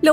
Lo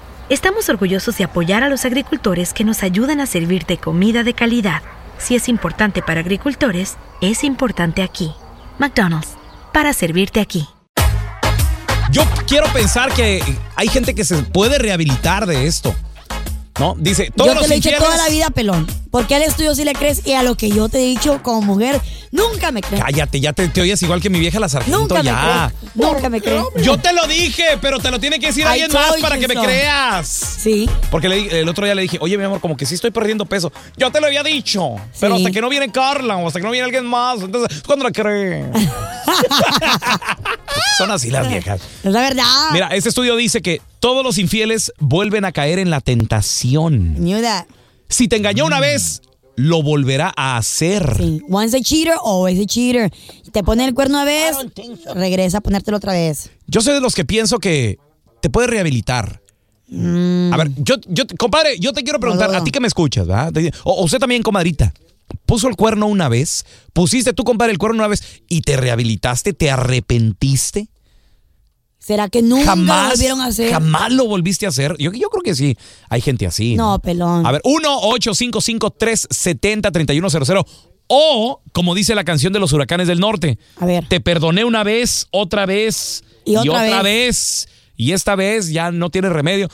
estamos orgullosos de apoyar a los agricultores que nos ayudan a servirte comida de calidad. Si es importante para agricultores, es importante aquí. McDonald's, para servirte aquí. Yo quiero pensar que hay gente que se puede rehabilitar de esto. ¿No? Dice, todos yo te los lo he dicho infiernos. toda la vida, pelón. Porque al estudio sí le crees y a lo que yo te he dicho como mujer, nunca me crees. Cállate, ya te, te oyes igual que mi vieja la sargento Nunca ya. me crees. Nunca me crees. Yo te lo dije, pero te lo tiene que decir Ay, alguien más soy para que me Jesús. creas. Sí. Porque le di- el otro día le dije, oye, mi amor, como que sí estoy perdiendo peso. Yo te lo había dicho. Pero Sí. hasta que no viene Carla o hasta que no viene alguien más, entonces, ¿cuándo la crees? Son así las viejas. Es la verdad. Mira, este estudio dice que todos los infieles vuelven a caer en la tentación. Knew that. Si te engañó una vez, lo volverá a hacer. Sí. Once a cheater, always a cheater. Te pone el cuerno una vez, regresa a ponértelo otra vez. Yo soy de los que pienso que te puedes rehabilitar. A ver, yo, yo, compadre, yo te quiero preguntar, dudo. a ti que me escuchas, ¿verdad? Te- O, o usted también, comadrita. Puso el cuerno una vez, pusiste tú, compadre, el cuerno una vez y te rehabilitaste, te arrepentiste. ¿Será que nunca jamás, lo volvieron a hacer? jamás lo volviste a hacer. Yo, yo creo que sí, hay gente así. No, pelón. A ver, 1-855-370-3100. O, como dice la canción de los huracanes del norte, A ver. te perdoné una vez, otra vez Y otra vez. Y esta vez ya no tiene remedio.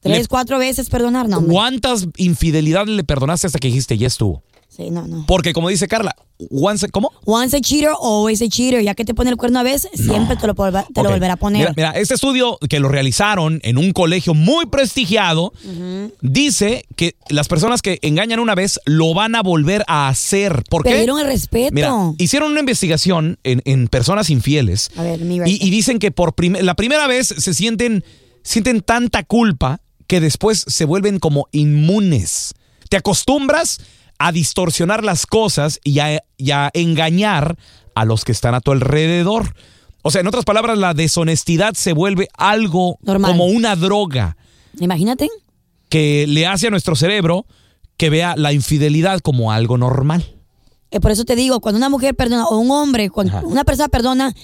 Tres, Le- cuatro veces perdonar, no. hombre. ¿Cuántas infidelidades le perdonaste hasta que dijiste ya estuvo? Sí, no, no. Porque como dice Carla, once, ¿cómo? Once a cheater, always a cheater. Ya que te pone el cuerno a vez, siempre te, lo, polva- te lo Ok. volverá a poner. Mira, mira, este estudio que lo realizaron en un colegio muy prestigiado dice que las personas que engañan una vez lo van a volver a hacer. ¿Por qué? Perdieron el respeto. Mira, hicieron una investigación en, en personas infieles A ver, mi y, verso. y dicen que por prim- la primera vez se sienten, sienten tanta culpa que después se vuelven como inmunes. Te acostumbras a distorsionar las cosas y a, y a engañar a los que están a tu alrededor. O sea, en otras palabras, la deshonestidad se vuelve algo Normal. como una droga Imagínate. que le hace a nuestro cerebro que vea la infidelidad como algo normal. Eh, por eso te digo, cuando una mujer perdona o un hombre, cuando Ajá. una persona perdona,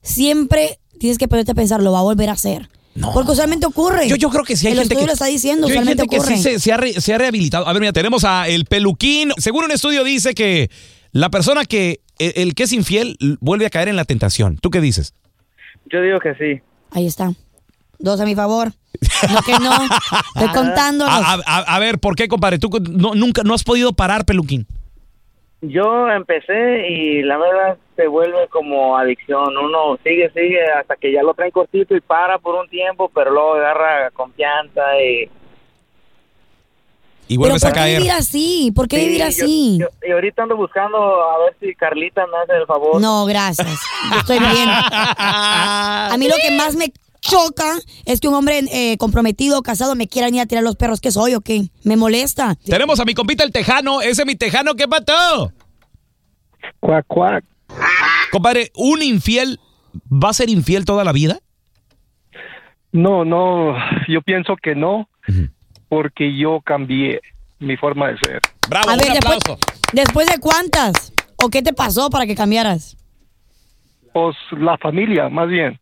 siempre tienes que ponerte a pensar, lo va a volver a hacer. No. Porque usualmente ocurre. Yo, yo creo que sí hay El gente que. estudio lo está diciendo, Yo hay usualmente gente que ocurre. sí se, se ha re- se ha rehabilitado. A ver, mira, tenemos a el peluquín. Según un estudio dice que la persona que. El, el que es infiel l- vuelve a caer en la tentación. ¿Tú qué dices? Yo digo que sí. Ahí está. Dos a mi favor. No que no. Estoy contando. A, a- a- a ver, ¿por qué, compadre? Tú no- nunca no has podido parar, peluquín. Yo empecé y la verdad se vuelve como adicción. Uno sigue, sigue hasta que ya lo traen cortito y para por un tiempo, pero luego agarra confianza y... Y Pero vuelves ¿por a qué caer. vivir así? ¿Por qué Sí, vivir yo- así? yo- y ahorita ando buscando a ver si Carlita me hace el favor. No, gracias. Yo estoy bien. A mí lo que más me choca es que un hombre eh, comprometido, casado, me quiera ni a tirar los perros que soy o qué. Me molesta. Tenemos a mi compita el tejano. Ese es mi tejano. ¿Qué pato? Cuac, cuac. Compadre, ¿un infiel va a ser infiel toda la vida? No, no, yo pienso que no, porque yo cambié. mi forma de ser. Bravo, A Ah, un ver, después, aplauso. después de cuántas o qué te pasó para que cambiaras. Pues la familia, más bien.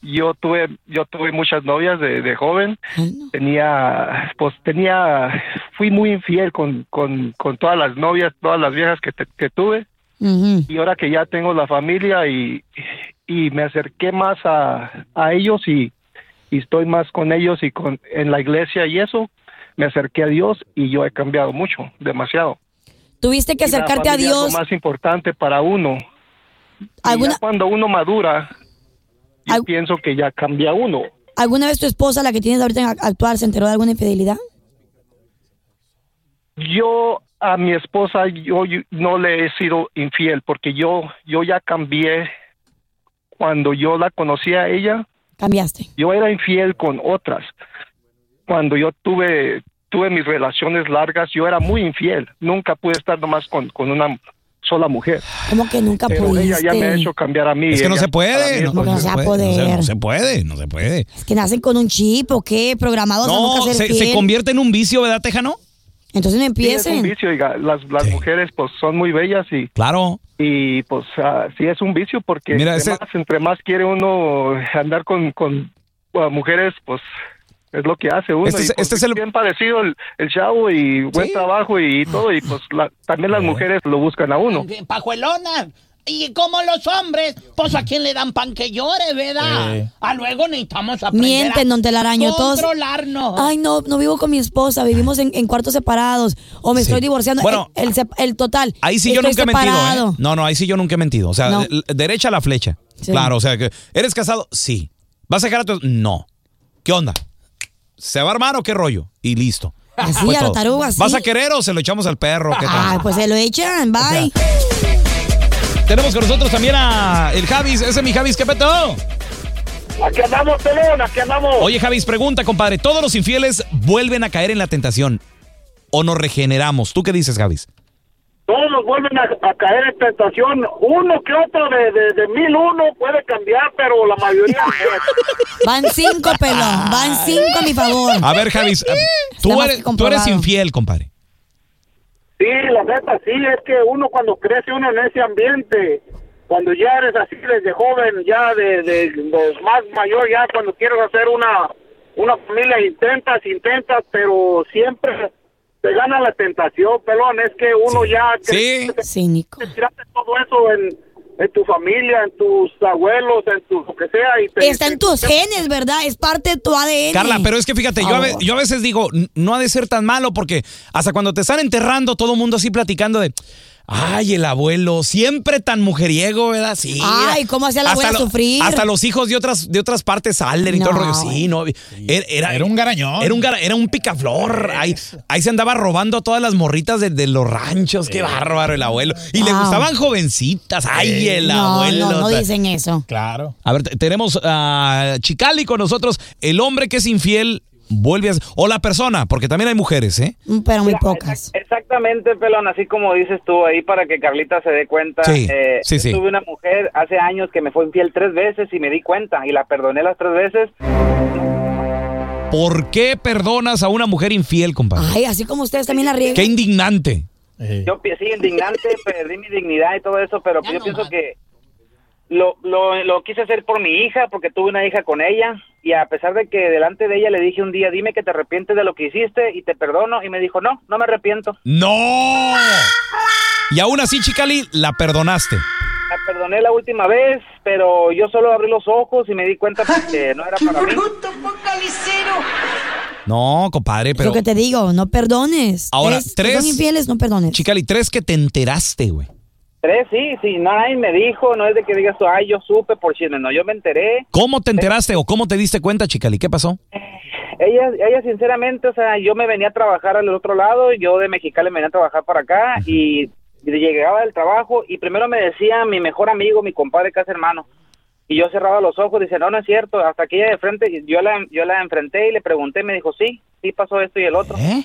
Yo tuve, yo tuve muchas novias de, de joven. Ay, no. Tenía, pues tenía, fui muy infiel con, con, con todas las novias, todas las viejas que, te- que tuve. Ujú. Y ahora que ya tengo la familia y, y me acerqué más a, a ellos y, y estoy más con ellos y con en la iglesia y eso, me acerqué a Dios y yo he cambiado mucho, demasiado. Tuviste que Y la acercarte a familia es lo Dios. más importante para uno. Y ¿Alguna, ya cuando uno madura, yo Al- pienso que ya cambia uno. ¿Alguna vez tu esposa, la que tienes ahorita en a- actuar, se enteró de alguna infidelidad? Yo a mi esposa yo, yo no le he sido infiel porque yo yo ya cambié cuando yo la conocí a ella, Cambiaste. yo era infiel con otras. Cuando yo tuve tuve mis relaciones largas, yo era muy infiel. Nunca pude estar nomás con, con una sola mujer. ¿Cómo que nunca Pero ella Ah, pudiste? ya me ha hecho cambiar a mí. Es que no Ella- se para puede. mí es No, no se va a puede, no se- poder. no se puede, no se puede. Es que nacen con un chip o qué, programados a No, nunca ser se, fiel. se convierte en un vicio, ¿verdad, Tejano? Entonces no Sí, es un empiecen. vicio, oiga. Las, las Sí. mujeres pues son muy bellas y, Claro. y pues ah, sí es un vicio porque Mira, entre, ese- más, entre más quiere uno andar con, con ah, mujeres, pues es lo que hace uno. Este es- y, pues, este es el- Bien parecido el, el chavo y buen Sí. trabajo y todo. Y pues la- también las mujeres lo buscan a uno. Pajuelona. Y como los hombres, pues a quién le dan pan que llore, ¿verdad? Sí. A luego necesitamos aprender Mienten, a don Telaraño, todos. controlarnos. Ay, no, no vivo con mi esposa, vivimos en, en cuartos separados. O me Sí. estoy divorciando. Bueno, el, el sep- el total. Ahí sí yo estoy nunca he separado. mentido. ¿eh? No, no, ahí sí yo nunca he mentido. O sea, No. de- l- derecha a la flecha. Sí. Claro, o sea, que ¿eres casado? Sí. ¿Vas a dejar a tu.? No. ¿Qué onda? ¿Se va a armar o qué rollo? Y listo. Así, Fue a lo todo. tarugo, así. ¿Vas a querer o se lo echamos al perro? ¿Qué tal? Ah, pues se lo echan, bye. Tenemos con nosotros también a el Javis. Ese es mi Javis, ¿qué petó? Aquí andamos, Pelón, aquí andamos. Oye, Javis, pregunta, compadre. ¿Todos los infieles vuelven a caer en la tentación o nos regeneramos? ¿Tú qué dices, Javis? Todos vuelven a, a caer en tentación. Uno que otro de, de, de mil uno puede cambiar, pero la mayoría... Van cinco, pelón. Van cinco a mi favor. A ver, Javis, Está tú más eres, que tú eres comprobado. infiel, compadre. Sí, la neta, sí, es que uno cuando crece uno en ese ambiente, cuando ya eres así desde joven, ya de, de, de más mayor, ya cuando quieres hacer una, una familia, intentas, intentas, pero siempre te gana la tentación, pelón, es que uno ya... Sí. crece, Cínico. te tiraste todo eso en, en tu familia, en tus abuelos, en tu lo que sea. Y te, Está en tus genes, ¿verdad? Es parte de tu ADN. Carla, pero es que fíjate, yo a, ve- Ahora. yo a veces digo, "N- no ha de ser tan malo porque hasta cuando te están enterrando, todo el mundo así platicando de, ay, el abuelo, siempre tan mujeriego, ¿verdad? Sí. Ay, ¿cómo hacía la Hasta abuela lo- sufrir? Hasta los hijos de otras, de otras partes salen y todo el No. rollo. Sí, no. Era, era- Era un garañón. Era un, gara- era un picaflor. Ahí, ahí se andaba robando a todas las morritas de, de los ranchos. Qué bárbaro el abuelo. Y le Wow. gustaban jovencitas. Ay, el no, abuelo. no, no dicen eso. Claro. A ver, te- tenemos a Chicali con nosotros. El hombre que es infiel vuelve a... O la persona, porque también hay mujeres, ¿eh? Mm, Pero muy Mira, pocas. exact- Exactamente, pelón, así como dices tú ahí para que Carlita se dé cuenta. Sí, eh, sí, yo sí. Tuve una mujer hace años que me fue infiel tres veces y me di cuenta y la perdoné las tres veces. ¿Por qué perdonas a una mujer infiel, compadre? Ay, así como ustedes también la riegan. Qué indignante. Eh, Yo pi- sí, indignante, perdí mi dignidad y todo eso, pero pues Ya yo no pienso más. que lo, lo, lo quise hacer por mi hija porque tuve una hija con ella y a pesar de que delante de ella le dije un día, dime que te arrepientes de lo que hiciste y te perdono y me dijo, no, no me arrepiento. ¡No! Y aún así, Chicali, la perdonaste. La perdoné la última vez, pero yo solo abrí los ojos y me di cuenta pues, que no era para mí. No, compadre, Es pero... lo que te digo, no perdones. Ahora, Eres- tres- que Son infieles, no perdones. Chicali, tres que te enteraste, güey. Tres, sí, sí, nadie me dijo, no es de que digas tú, ay, yo supe por chisme, no, yo me enteré. ¿Cómo te enteraste o cómo te diste cuenta, Chicali? ¿Qué pasó? Ella, ella sinceramente, o sea, yo me venía a trabajar al otro lado, yo de Mexicali me venía a trabajar para acá y llegaba del trabajo y primero me decía mi mejor amigo, mi compadre, casi hermano. Y yo cerraba los ojos, dice, no, no es cierto, hasta que ella de frente, y yo la, yo la enfrenté y le pregunté, me dijo, sí, sí pasó esto y el otro. ¿Eh?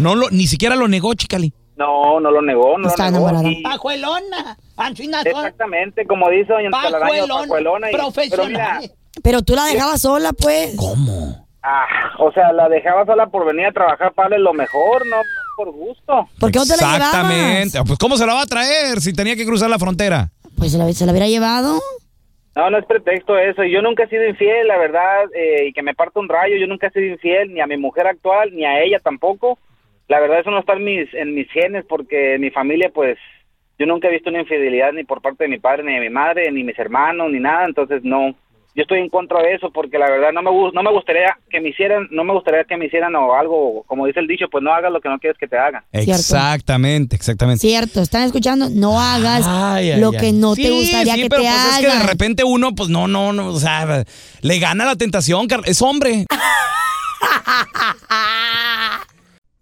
No lo, ni siquiera lo negó, Chicali. No, no lo negó, no Estaba lo negó. enamorada. Y- Pajuelona. Anchina son exactamente, como dice doña Pajuelona, Telaraño, Pajuelona. y- pero mira, profesionales. Pero tú la dejabas sola, pues. ¿Cómo? Ah, o sea, la dejaba sola por venir a trabajar para darle lo mejor, ¿no? por gusto. ¿Por qué no te la llevabas? Exactamente. Pues ¿cómo se la va a traer si tenía que cruzar la frontera? Pues se la, se la hubiera llevado. No, no es pretexto eso. Yo nunca he sido infiel, la verdad, eh, y que me parta un rayo. Yo nunca he sido infiel, ni a mi mujer actual, ni a ella tampoco. La verdad, eso no está en mis, en mis genes, porque en mi familia, pues, yo nunca he visto una infidelidad ni por parte de mi padre, ni de mi madre, ni mis hermanos, ni nada. Entonces, no. Yo estoy en contra de eso, porque la verdad no me, gus- no me gustaría que me hicieran, no me gustaría que me hicieran o algo, como dice el dicho, pues no hagas lo que no quieres que te hagan. Cierto. Exactamente, exactamente. Cierto, están escuchando, no hagas Ay, ay, lo ay. que no te Sí, gustaría sí, que pero te pues Es hagan. que de repente uno, pues no, no, no, o sea, le gana la tentación, Carla. es hombre.